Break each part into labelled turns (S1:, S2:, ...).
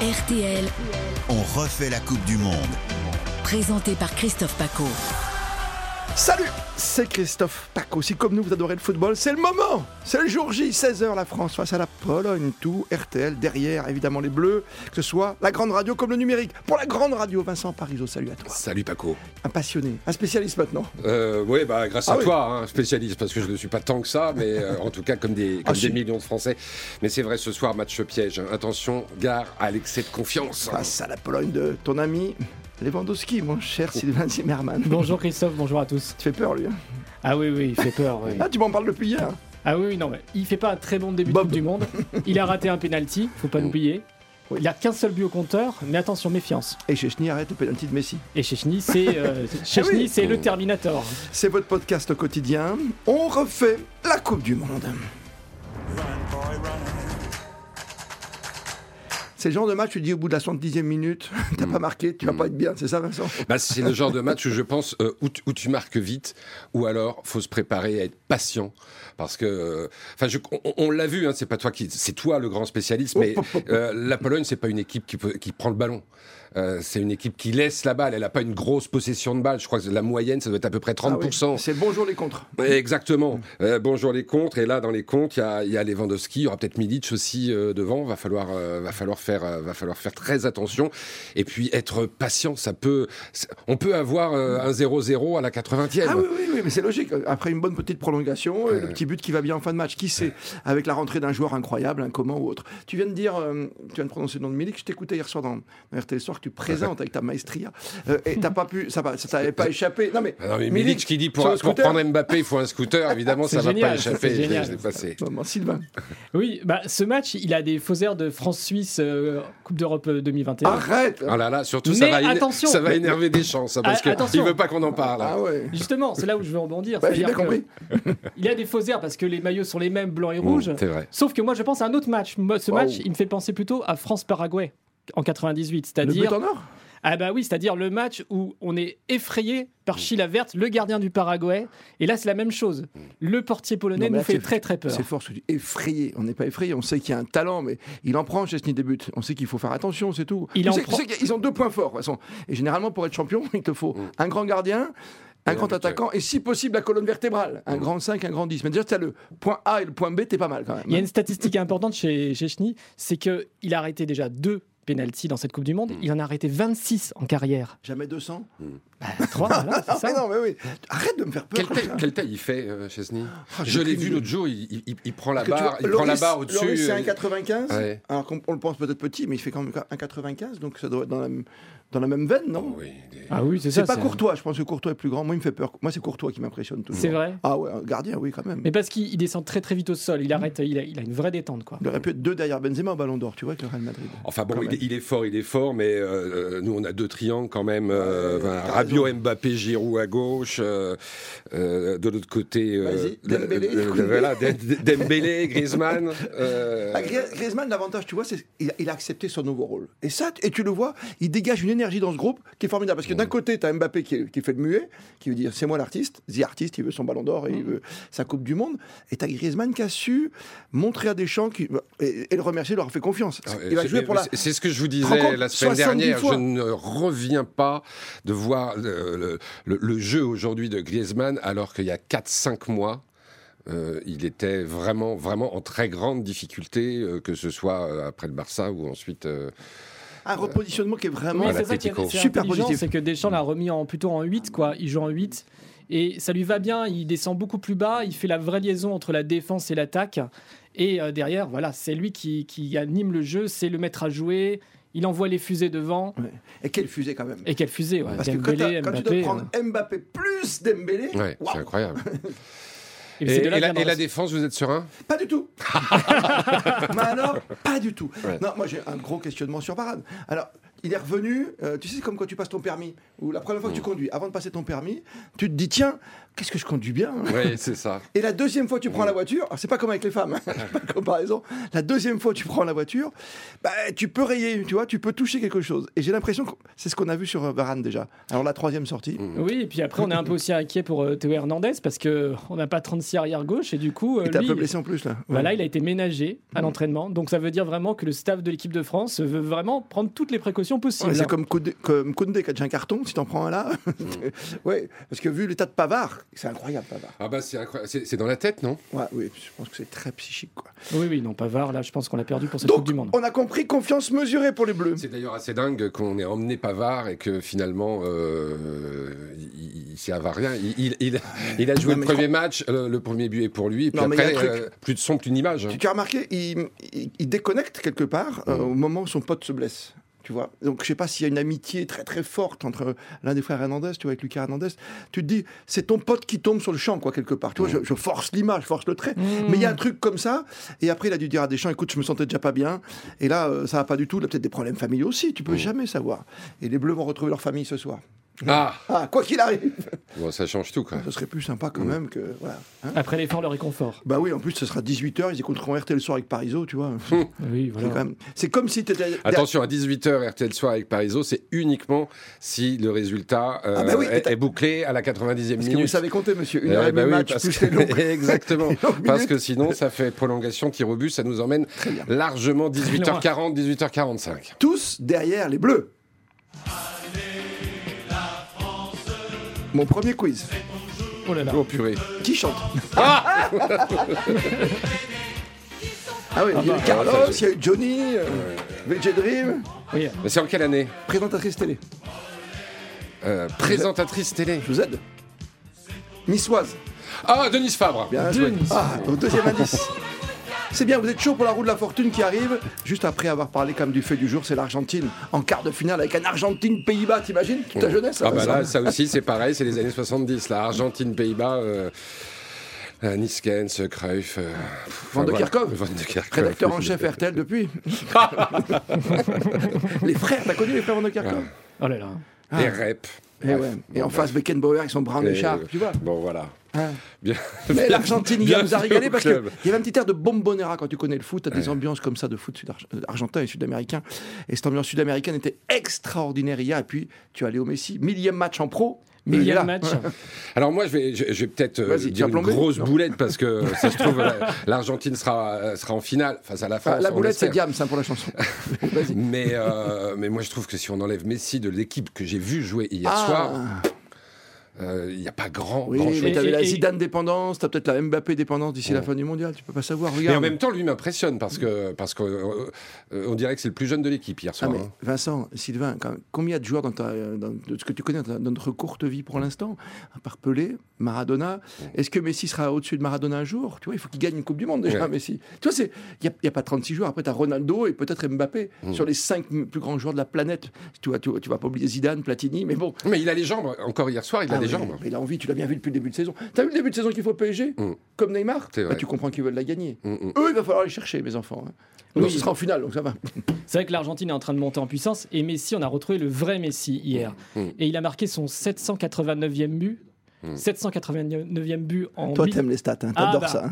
S1: RTL,
S2: On refait la Coupe du Monde.
S1: présenté par Christophe Paco.
S3: Salut, c'est Christophe Paco. Si comme nous vous adorez le football, c'est le moment. C'est le jour J, 16h la France face à la Pologne, tout RTL derrière évidemment les Bleus, que ce soit la grande radio comme le numérique. Pour la grande radio, Vincent Parisot, salut à toi.
S4: Salut Paco.
S3: Un passionné, un spécialiste maintenant.
S4: Euh, oui, bah, grâce
S3: Ah
S4: à
S3: oui.
S4: toi, hein, spécialiste, parce que je ne suis pas tant que ça, mais euh, en tout cas comme des, comme
S3: Ah,
S4: des
S3: si.
S4: millions de Français. Mais c'est vrai, ce soir, match piège. hein. Attention, gare à l'excès de confiance.
S3: Face à la Pologne de ton ami Lewandowski, mon cher Sylvain Zimmermann.
S5: Bonjour Christophe, bonjour à tous.
S3: Tu fais peur lui. hein.
S5: Ah oui, oui, il fait peur. oui.
S3: Ah, tu m'en parles depuis hier.
S5: Ah oui, oui, non, mais il fait pas un très bon début de
S3: Bob.
S5: Coupe du Monde. Il a raté un penalty, faut pas l'oublier. Il a qu'un seul but au compteur, mais attention, méfiance.
S3: Et Chechny arrête le penalty de Messi.
S5: Et Chechny, c'est euh, Chechny,
S3: Ah oui.
S5: c'est le Terminator.
S3: C'est votre podcast quotidien. On refait la Coupe du Monde. C'est le genre de match, tu dis au bout de la 70e minute, t'as pas marqué, tu vas pas être bien, c'est ça Vincent Ah
S4: Bah, c'est le genre de match où je pense euh, où, tu- où tu marques vite, ou alors faut se préparer à être patient, parce que, euh, enfin, je- on, on l'a vu, hein, c'est pas toi qui, c'est toi le grand spécialiste, mais euh, la Pologne c'est pas une équipe qui, peut- qui prend le ballon, Euh, c'est une équipe qui laisse la balle, elle a pas une grosse possession de balle, je crois que la moyenne ça doit être à peu près 30%.
S3: Ah oui, C'est bonjour les contres.
S4: Ouais,
S3: Mm.
S4: Exactement. Euh, bonjour les contres. Et là, dans les contres, il y a, il y a Lewandowski, il y aura peut-être Milic aussi euh, devant. Va falloir, euh, va falloir faire, euh, va falloir faire très attention. Et puis être patient, ça peut, c'est- on peut avoir euh, un 0-0 à la 80e.
S3: Ah oui, oui, oui, mais c'est logique. Après une bonne petite prolongation, et le petit but qui va bien en fin de match, qui sait, avec la rentrée d'un joueur incroyable, un comment ou autre. Tu viens de dire, euh, tu viens de prononcer le nom de Milik, je t'écoutais hier soir dans, dans RTL Soir, que tu présentes avec ta maestria, euh, et t'as pas pu, ça va- ça t'avait pas échappé. Non mais,
S4: Ah non, mais
S3: Milik,
S4: Milic qui dit pour,
S3: sur le
S4: pour
S3: scooter.
S4: prendre Mbappé, il faut un scooter. Évidemment,
S5: C'est
S4: ça va pas
S5: génial, ça,
S4: échapper.
S5: c'est
S4: Je l'ai-
S5: génial.
S4: je l'ai passé.
S3: Maman, Sylvain.
S5: Oui, bah ce match, il a des faux airs de France-Suisse euh, Coupe d'Europe euh, 2021.
S3: Arrête
S4: Ah là là, surtout
S5: Mais
S4: ça va, éner-
S5: attention.
S4: ça va énerver Deschamps, ça, parce
S5: Ah,
S4: qu'il
S5: attention.
S4: veut pas qu'on en parle. hein.
S3: Ah ouais.
S5: Justement, c'est là où je veux rebondir.
S3: Bah, j'ai
S5: c'est-à-dire
S3: bien
S5: que
S3: compris.
S5: il a des faux airs parce que les maillots sont les mêmes, blancs et
S3: Ah,
S4: Mmh,
S5: rouges.
S4: c'est vrai.
S5: Sauf que moi, je pense à un autre match. Moi, Ce
S3: Waouh.
S5: match, il me fait penser plutôt à France-Paraguay en 98,
S3: Le but
S5: c'est-à-dire
S3: en or
S5: Ah bah oui, c'est-à-dire le match où on est effrayé
S3: Mm.
S5: par Chila Verte, le gardien du Paraguay. Et là, c'est la même chose. Le portier
S3: Non,
S5: polonais
S3: mais
S5: nous
S3: là,
S5: fait
S3: c'est-
S5: très très peur.
S3: C'est fort, je dis effrayé. On n'est pas effrayé, on sait qu'il y a un talent, mais il en prend Chesney des buts. On sait qu'il faut faire attention, c'est tout.
S5: Il
S3: Tu
S5: en
S3: sais- tu
S5: prend.
S3: sais qu'ils ont deux points forts, de toute façon. Et généralement, pour être champion, il te faut un grand gardien. Un
S4: Mm. Et un
S3: grand
S4: buteur. Mm.
S3: attaquant et si possible la colonne vertébrale. Un grand 5, un grand 10. Mais déjà, tu as le point A et le point B, t'es pas mal quand même.
S5: Il y a une statistique importante chez Chechny, c'est qu'il a arrêté déjà deux pénalties dans cette Coupe du Monde.
S3: Mm.
S5: Il en a arrêté 26 en carrière. Bah,
S3: Jamais 200 Bah,
S5: Trois, voilà, c'est
S3: Mais
S5: ça.
S3: non, mais oui. Arrête de me faire peur.
S4: Quelle taille, quelle taille il fait, euh, Chesney
S3: j'ai
S4: Je l'ai
S3: aucune
S4: vu
S3: idée.
S4: l'autre jour, il, il- il- il prend la
S3: Parce que tu
S4: barre,
S3: vois,
S4: Ah, il prend la
S3: Loris-
S4: barre au-dessus.
S3: Loris, c'est un
S4: euh,
S3: 95.
S4: Ouais.
S3: Alors qu'on on le pense peut-être petit, mais il fait quand même un 95, donc ça doit être dans la, m- dans la même veine, non
S4: Oui, il est-
S5: Ah oui, c'est ça.
S3: C'est pas Courtois, je pense que Courtois est plus grand. Moi, il me fait peur. Moi, c'est Courtois qui m'impressionne toujours.
S5: C'est vrai.
S3: Ah ouais, un gardien, oui, quand même.
S5: Mais parce qu'il il descend très très vite au
S3: Mm.
S5: sol. Il arrête. Il a, il a une vraie détente quoi.
S3: Il aurait pu être deux derrière Benzema au Ballon d'Or, tu vois, avec le Real Madrid.
S4: Enfin bon,
S3: Quand
S4: il,
S3: même.
S4: il est fort, il est fort, mais euh, euh, nous on a deux triangles quand même. euh,
S3: Ouais,
S4: enfin,
S3: t'as
S4: Rabiot, Mbappé, Giroud à gauche. euh, euh, de l'autre côté, euh,
S3: Vas-y,
S4: le-
S3: Dembélé,
S4: le- le-
S3: Koundé.
S4: voilà, Dem- Dembélé, Griezmann. euh,
S3: Ah, Grie- Griezmann, l'avantage, tu vois, c'est qu'il a- il a accepté son nouveau rôle. Et ça, t- et tu le vois, il dégage une énergie dans ce groupe qui est formidable. Parce que d'un côté, tu as Mbappé qui, est- qui fait le muet, qui veut dire c'est moi l'artiste, The Artist, il veut son ballon d'or et
S4: Mm.
S3: il veut sa Coupe du Monde. Et tu as Griezmann qui a su montrer à des gens qui, et, et le remercier, leur a fait confiance.
S4: Ah,
S3: il va
S4: c'est-
S3: jouer pour la.
S4: c'est- C'est ce que je vous
S3: Te rends
S4: disais
S3: compte
S4: la semaine
S3: 70
S4: dernière.
S3: fois.
S4: Je ne reviens pas de voir le, le- le- le jeu aujourd'hui de Griezmann, alors qu'il y a 4-5 mois. euh, il était vraiment, vraiment en très grande difficulté, euh, que ce soit euh, après le Barça ou ensuite. euh,
S3: Un repositionnement qui est vraiment.
S5: Oui,
S4: Voilà,
S5: c'est ça qui est
S4: Atletico.
S5: c'est
S3: Super
S5: intelligent,
S3: positif.
S5: c'est que Deschamps l'a remis en, plutôt en 8, quoi. Il joue en 8. Et ça lui va bien, il descend beaucoup plus bas, il fait la vraie liaison entre la défense et l'attaque. Et euh, derrière, voilà, c'est lui qui, qui anime le jeu, c'est le maître à jouer, il envoie les fusées devant.
S3: Ouais. Et quelle fusée quand même.
S5: Et quelle fusée, ouais.
S3: Parce que quand,
S5: Dembélé,
S3: t'as- quand tu dois
S5: Mbappé, hein.
S3: prendre Mbappé plus Dembélé,
S4: Ouais,
S3: waouh,
S4: c'est incroyable.
S5: euh,
S4: Et,
S5: c'est de
S4: et
S5: là
S4: la,
S5: que vient
S4: et la
S5: le-
S4: défense, vous êtes serein
S3: Pas du tout. Mais alors, pas du tout.
S4: Ouais.
S3: Non, moi j'ai un gros questionnement sur Varane. Alors, il est revenu. euh, tu sais, c'est comme quand tu passes ton permis, ou la première fois que tu conduis, avant de passer ton permis, tu te dis tiens, qu'est-ce que je conduis bien hein
S4: Ouais, c'est ça.
S3: Et la deuxième fois que tu prends la voiture, alors c'est pas comme avec les femmes, hein, pas de comparaison. La deuxième fois que tu prends la voiture, bah, tu peux rayer, tu vois, tu peux toucher quelque chose. Et j'ai l'impression que c'est ce qu'on a vu sur euh, Varane déjà. Alors la troisième sortie,
S5: Oui, et puis après, on est un peu aussi inquiet pour euh, Théo Hernandez parce qu'on n'a pas 36 arrière gauche et du coup. euh,
S3: il t'a un
S5: lui, bah,
S3: peu blessé en plus là. Ouais.
S5: Voilà, il a été ménagé à l'entraînement. Donc ça veut dire vraiment que le staff de l'équipe de France veut vraiment prendre toutes les précautions
S3: Ouais,
S5: possibles.
S3: c'est comme Koundé, comme Koundé qui a déjà un carton, si t'en prends un là.
S5: Mm.
S3: ouais, parce que vu l'état de Pavard, c'est incroyable Pavard.
S4: Ah bah c'est incroyable. C'est c'est dans la tête, non
S3: Ouais, oui, je pense que c'est très psychique. Quoi.
S5: Oui, oui, non, Pavard, là, je pense qu'on l'a perdu pour cette Coupe
S3: Donc,
S5: du Monde.
S3: on a compris confiance mesurée pour les Bleus.
S4: C'est d'ailleurs assez dingue qu'on ait emmené Pavard et que finalement, euh, il, il sert à rien. Il, il- il- il a joué
S3: Non,
S4: le
S3: mais
S4: premier match, euh, le premier but est pour lui, et puis
S3: Non, mais il y a
S4: après,
S3: un truc.
S4: euh, plus de son, plus d'image.
S3: Tu, tu as remarqué, il, il- il déconnecte quelque part euh, au moment où son pote se blesse. Tu vois Donc je sais pas s'il y a une amitié très très forte entre l'un des frères Hernandez, tu vois, avec Lucas Hernandez. Tu te dis, c'est ton pote qui tombe sur le champ, quoi, quelque part. Tu vois, je, je force l'image, je force le trait. Mais il y a un truc comme ça. Et après, il a dû dire à Deschamps, écoute, je me sentais déjà pas bien. Et là, euh, ça va pas du tout. Il a peut-être des problèmes familiaux aussi. Tu peux jamais savoir. Et les Bleus vont retrouver leur famille ce soir.
S4: Ah
S3: Ah, quoi qu'il arrive.
S4: Bon, ça change tout, quoi.
S3: Ce serait plus sympa quand même que voilà. hein.
S5: Après l'effort, le réconfort.
S3: bah oui, en plus, ce sera 18h, ils écouteront RT le soir avec Parisot, tu vois.
S5: Oui,
S3: C'est quand
S5: voilà.
S3: même- C'est comme si tu étais.
S4: Attention, à 18h, RTL Soir avec Pariso, c'est uniquement si le résultat euh,
S3: Ah bah oui,
S4: est,
S3: t'as-
S4: est bouclé à la 90e
S3: Parce que
S4: minute.
S3: vous savez compter, monsieur. Une
S4: Eh
S3: heure et
S4: bah
S3: demie de
S4: oui,
S3: match,
S4: parce
S3: plus
S4: que-
S3: les longues-
S4: Exactement.
S3: les longues
S4: parce
S3: minutes.
S4: que sinon, ça fait prolongation, tir au but, ça nous emmène largement 18h40, 18h45.
S3: Tous derrière les bleus. Mon premier quiz.
S5: Oh là là.
S4: Oh purée.
S3: Qui chante
S4: Ah
S3: Ah oui,
S4: bah,
S3: il y a eu Carlos, il y a eu Johnny, euh, VJ Dream,
S5: Oui.
S4: Mais c'est en quelle année
S3: présentatrice télé.
S4: Euh, Présentatrice télé.
S3: Je vous aide. Niçoise.
S4: Ah, Denise Fabre.
S3: Bien joué.
S5: D'une.
S3: Ah, au deuxième indice. C'est bien, vous êtes chaud pour la roue de la fortune qui arrive. Juste après avoir parlé comme du fait du jour, c'est l'Argentine. En quart de finale avec un Argentine-Pays-Bas, t'imagines Toute ta jeunesse ça,
S4: Ah bah
S3: ça.
S4: là, ça aussi, c'est pareil, c'est les années 70, là. Argentine, Pays-Bas, euh, euh, Niskens, euh, Cruyff. euh, enfin,
S3: Van de
S4: voilà.
S3: Kerkhove.
S4: Van de Kerkhove.
S3: Rédacteur en chef RTL depuis. les frères, t'as connu les frères Van de Kerkhove
S4: Ah.
S5: Oh là là.
S4: Et Rep.
S3: Et, Ah. Eh ouais. Et en face, Beckenbauer avec son brown
S4: Et-
S3: écharpe, tu vois.
S4: Bon, voilà.
S3: Hein.
S4: Bien.
S3: Mais l'Argentine, il
S4: Bien
S3: nous a
S4: joué
S3: régalé
S4: au
S3: parce qu'il
S4: club.
S3: y avait un petit air de bombonera quand tu connais le foot. T'as des ambiances comme ça de foot sud arg- euh, argentin et sud-américain. Et cette ambiance sud-américaine était extraordinaire hier. Et puis, tu as Léo Messi, millième match en pro. mais il est
S5: Millième
S3: là.
S5: match.
S4: Alors moi, je vais, je, je vais peut-être euh,
S3: Vas-y, tu
S4: dire
S3: as
S4: une
S3: plombé
S4: grosse
S3: Non.
S4: boulette parce que ça se trouve, euh, l'Argentine sera, euh, sera en finale face à la France.
S3: Ah, la
S4: on
S3: boulette, c'est
S4: l'espère.
S3: Diam, ça pour la chanson. Vas-y.
S4: Mais, euh, mais moi, je trouve que si on enlève Messi de l'équipe que j'ai vu jouer hier
S3: Ah.
S4: soir, euh, il n'y a pas grand,
S3: Oui,
S4: grand chose.
S3: mais t'avais
S5: Et-
S3: la
S5: et-
S3: Zidane dépendance, t'as peut-être la Mbappé dépendance d'ici la fin du mondial, tu peux pas savoir.
S4: Mais en
S3: Regarde.
S4: même temps, lui m'impressionne parce que parce que euh, euh, on dirait que c'est le plus jeune de l'équipe hier
S3: Ah,
S4: soir.
S3: mais
S4: hein.
S3: Vincent, Sylvain, quand- combien de joueurs dans, ta, euh, dans- de ce que tu connais dans, ta- dans notre courte vie pour l'instant À part Pelé, Maradona, est-ce que Messi sera au-dessus de Maradona un jour Tu vois, il faut qu'il gagne une Coupe du Monde déjà,
S4: Ouais.
S3: Messi. Tu vois, il n'y a, pas 36 joueurs. Après, tu as Ronaldo et peut-être Mbappé
S4: Mm.
S3: sur les 5 plus grands joueurs de la planète. Tu vois, tu, vois, tu vas pas oublier Zidane, Platini, mais bon.
S4: mais... il a les jambes. Encore hier soir, il a
S3: Ah
S4: les
S3: oui,
S4: jambes.
S3: mais Il a envie, tu l'as bien vu depuis le début de saison. Tu as vu le début de saison qu'il faut au PSG
S4: Mm.
S3: Comme Neymar
S4: C'est
S3: Bah,
S4: vrai.
S3: Tu comprends qu'ils veulent la gagner.
S4: Mm, mm.
S3: Eux, il va falloir les chercher, mes enfants. hein. Nous, ce sera en finale, donc ça va.
S5: C'est vrai que l'Argentine est en train de monter en puissance et Messi, on a retrouvé le vrai Messi hier.
S3: Mm.
S4: Mmh.
S5: Et il a marqué son 789e but. 789e but en
S3: Toi,
S5: huit-
S3: t'aimes les stats, hein,
S5: Ah,
S3: t'adores
S5: bah.
S3: ça. hein.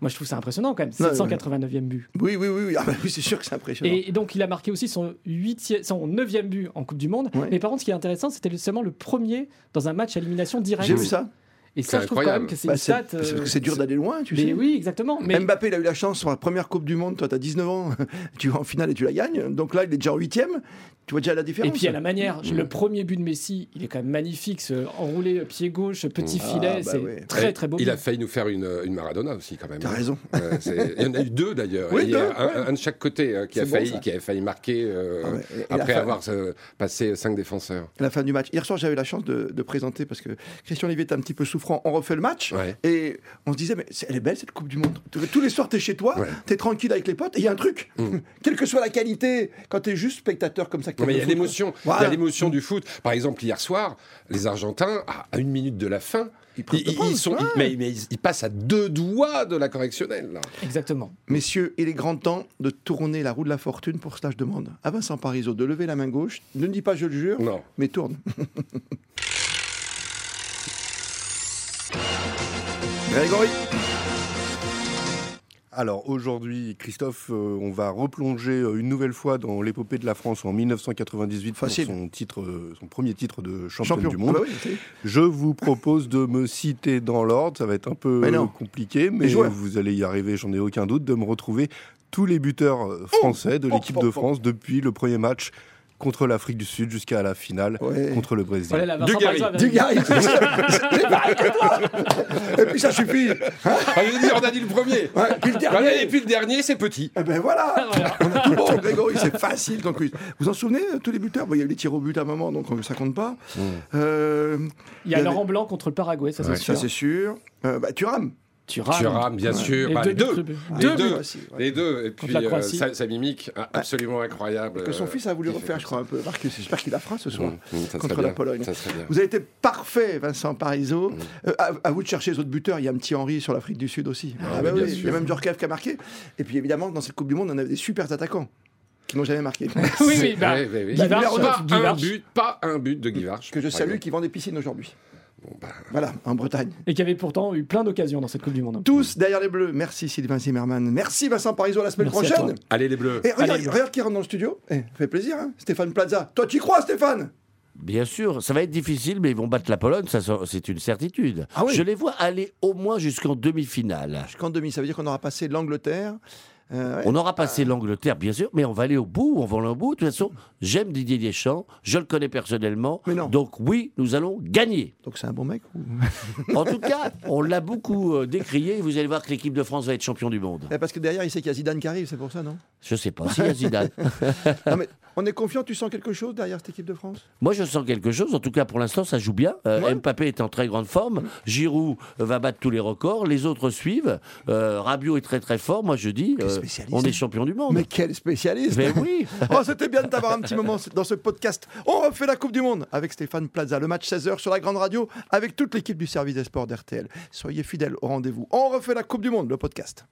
S5: Moi, je trouve ça impressionnant quand même.
S3: Ouais, ouais.
S5: 789e but.
S3: Oui, oui, oui, oui. Ah bah oui, c'est sûr que c'est impressionnant.
S5: Et, et donc, il a marqué aussi son, huitième, son 9e but en Coupe du Monde.
S3: Ouais.
S5: Mais par contre, ce qui est intéressant, c'était seulement le premier dans un match à élimination
S3: J'ai
S5: directe.
S3: vu ça.
S5: Et ça,
S4: C'est
S5: je trouve quand
S4: incroyable.
S5: même que c'est
S3: Bah,
S5: une
S3: c'est
S5: stat.
S3: parce que
S5: euh,
S3: c'est dur d'aller loin, tu sais.
S5: Mais oui, exactement. Mais
S3: Mbappé, il a eu la chance sur la première Coupe du Monde. Toi, t'as 19 ans, tu vas en finale et tu la gagnes. Donc là, il est déjà en huitième. Tu vois déjà la différence.
S5: Et puis à la manière, le premier but de Messi, il est quand même magnifique, ce enroulé euh, pied gauche, petit
S3: Ah,
S5: filet,
S3: bah
S5: c'est
S3: ouais.
S5: très
S4: Et
S5: très beau.
S4: Il
S5: but.
S4: a failli nous faire une, une Maradona aussi quand même.
S3: T'as raison.
S4: Ouais, c'est- il y en a eu deux d'ailleurs.
S3: Oui,
S4: Il y a
S3: deux,
S4: un, un de chaque côté euh, qui, a
S3: C'est bon,
S4: failli,
S3: ça.
S4: qui avait failli marquer euh,
S3: Ah ouais, et- et la
S4: après
S3: fin-
S4: avoir euh, passé cinq défenseurs.
S3: À la fin du match. Hier soir, j'avais la chance de, de présenter parce que Christian Olivier était un petit peu souffrant. On refait le match
S4: Ouais.
S3: et on se disait, mais c'est- elle est belle cette Coupe du Monde. Tous- Tous les soirs, t'es chez toi,
S4: Ouais. Mm.
S3: t'es tranquille avec les potes et il y a un truc. Quelle que soit la qualité, quand t'es juste spectateur comme ça, que
S4: Non, mais
S3: t'aimes
S4: il y a
S3: le foot,
S4: l'émotion. Il y
S3: Voilà.
S4: a l'émotion du foot. Par exemple, hier soir, les Argentins, à à une minute de la fin,
S3: Ils peuvent
S4: Ils,
S3: te
S4: ils-
S3: prendre,
S4: ils sont,
S3: ouais.
S4: ils- mais, mais ils, ils passent à deux doigts de la correctionnelle. là.
S5: Exactement.
S3: Messieurs, il est grand temps de tourner la roue de la fortune pour cela, je demande. Ah À Vincent Parisot de lever la main gauche. Ne dis pas je le jure,
S4: Non.
S3: mais tourne. Grégory
S6: Alors aujourd'hui, Christophe, euh, on va replonger euh, une nouvelle fois dans l'épopée de la France en 1998 pour
S3: Facile.
S6: son, titre, euh, son premier titre de champion,
S3: Champion
S6: du monde.
S3: Ah bah oui, ça y est.
S6: Je vous propose de me citer dans l'ordre, ça va être un peu
S3: Mais non.
S6: euh, compliqué, mais
S3: joueurs.
S6: vous allez y arriver, j'en ai aucun doute, de me retrouver tous les buteurs euh, français de
S3: Oh,
S6: l'équipe
S3: oh,
S6: de
S3: oh.
S6: France depuis le premier match contre l'Afrique du Sud jusqu'à la finale
S3: Ouais.
S6: contre le Brésil.
S5: Voilà, la Vincent
S4: Dugarry.
S5: Parisot avait-
S3: Dugarry, c'est ça. C'est pareil que toi. Et puis ça suffit.
S4: Ah, je veux dire, on a dit le premier.
S3: Ouais, puis le
S4: Ouais,
S3: dernier.
S4: Et puis le dernier, c'est petit.
S3: Eh ben voilà
S5: Voilà.
S3: On a tout bon, Grégory, c'est facile ton quiz. Vous en souvenez, euh, tous les buteurs Bon, Il y a eu les tirs au but à un moment, donc euh, ça compte pas. Euh,
S5: Il y a
S3: Il y
S5: Laurent Blanc contre le Paraguay, ça c'est
S3: ça,
S5: sûr.
S3: c'est sûr. Euh, bah, tu rames.
S5: Tu rames.
S4: Tu rames, bien sûr.
S5: Et
S4: Bah,
S5: deux
S4: les deux.
S5: buts de-
S4: Les
S5: deux
S4: deux.
S3: buts aussi, ouais.
S4: Les deux. Et puis
S5: la
S4: euh,
S5: Croatie.
S4: sa, sa mimique a- absolument incroyable.
S3: Que son
S4: euh,
S3: fils a voulu
S4: qui fait
S3: refaire, je crois, un peu. Marcus, j'espère qu'il la fera ce soir.
S4: Mmh, mmh, ça
S3: contre
S4: serait
S3: la
S4: bien.
S3: Pologne.
S4: Ça serait bien.
S3: Vous avez été parfait, Vincent Parisot.
S4: Mmh.
S3: Euh, à, à vous de chercher les autres buteurs. Il y a un petit Henri sur l'Afrique du Sud aussi. Ah,
S4: oui,
S3: bah oui,
S4: bien
S3: Il y a
S4: sûr.
S3: même Djorkaeff qui a marqué. Et puis évidemment, dans cette Coupe du Monde, on avait des super attaquants qui n'ont jamais marqué.
S5: Oui, oui, bah,
S4: Ouais, ouais, ouais.
S5: Guy
S4: Pas
S5: Varche,
S4: un
S5: Guy Varche.
S4: but, pas un but de Guy Varche,
S3: que je
S4: par
S3: salue,
S4: exemple.
S3: qui vend des piscines aujourd'hui.
S4: bah.
S3: Voilà, en Bretagne.
S5: Et qui avait pourtant eu plein d'occasions dans cette Coupe du Monde.
S3: Tous derrière les bleus. Merci Sylvain Zimmermann. Merci Vincent Parisot. À la semaine
S5: Merci à
S3: prochaine.
S5: toi.
S4: Allez les bleus.
S3: Et regarde,
S5: Allez.
S3: regarde qui rentre dans le studio. Eh, ça fait plaisir, hein Stéphane Plaza. Toi, tu crois, Stéphane
S7: Bien sûr, ça va être difficile, mais ils vont battre la Pologne, ça c'est- c'est une certitude.
S3: Ah oui.
S7: Je les vois aller au moins jusqu'en demi-finale.
S3: Jusqu'en demi, ça veut dire qu'on aura passé l'Angleterre. Euh, ouais.
S7: On aura passé l'Angleterre, bien sûr, mais on va aller au bout, on va aller au bout. De toute façon, j'aime Didier Deschamps, je le connais personnellement.
S3: Mais non.
S7: Donc oui, nous allons gagner.
S3: Donc c'est un bon mec ou-
S7: En tout cas, on l'a beaucoup euh, décrié, et vous allez voir que l'équipe de France va être champion du monde.
S3: Eh, Parce que derrière, il sait qu'il y a Zidane qui arrive, c'est pour ça, non
S7: Je sais pas, s'il y a Zidane.
S3: Non, mais on est confiant, tu sens quelque chose derrière cette équipe de France
S7: Moi, je sens quelque chose. En tout cas, pour l'instant, ça joue bien. Euh, Mbappé est en très grande forme. Giroud va battre tous les records. Les autres suivent. Euh, Rabiot est très très fort. Moi, je dis, euh,
S3: spécialiste.
S7: on est champion du monde.
S3: Mais quel spécialiste
S7: Mais oui.
S3: Oh, c'était bien de t'avoir un petit moment dans ce podcast. On refait la Coupe du Monde avec Stéphane Plaza, le match 16h sur la Grande Radio, avec toute l'équipe du service des sports d'RTL. Soyez fidèles au rendez-vous. On refait la Coupe du Monde, le podcast.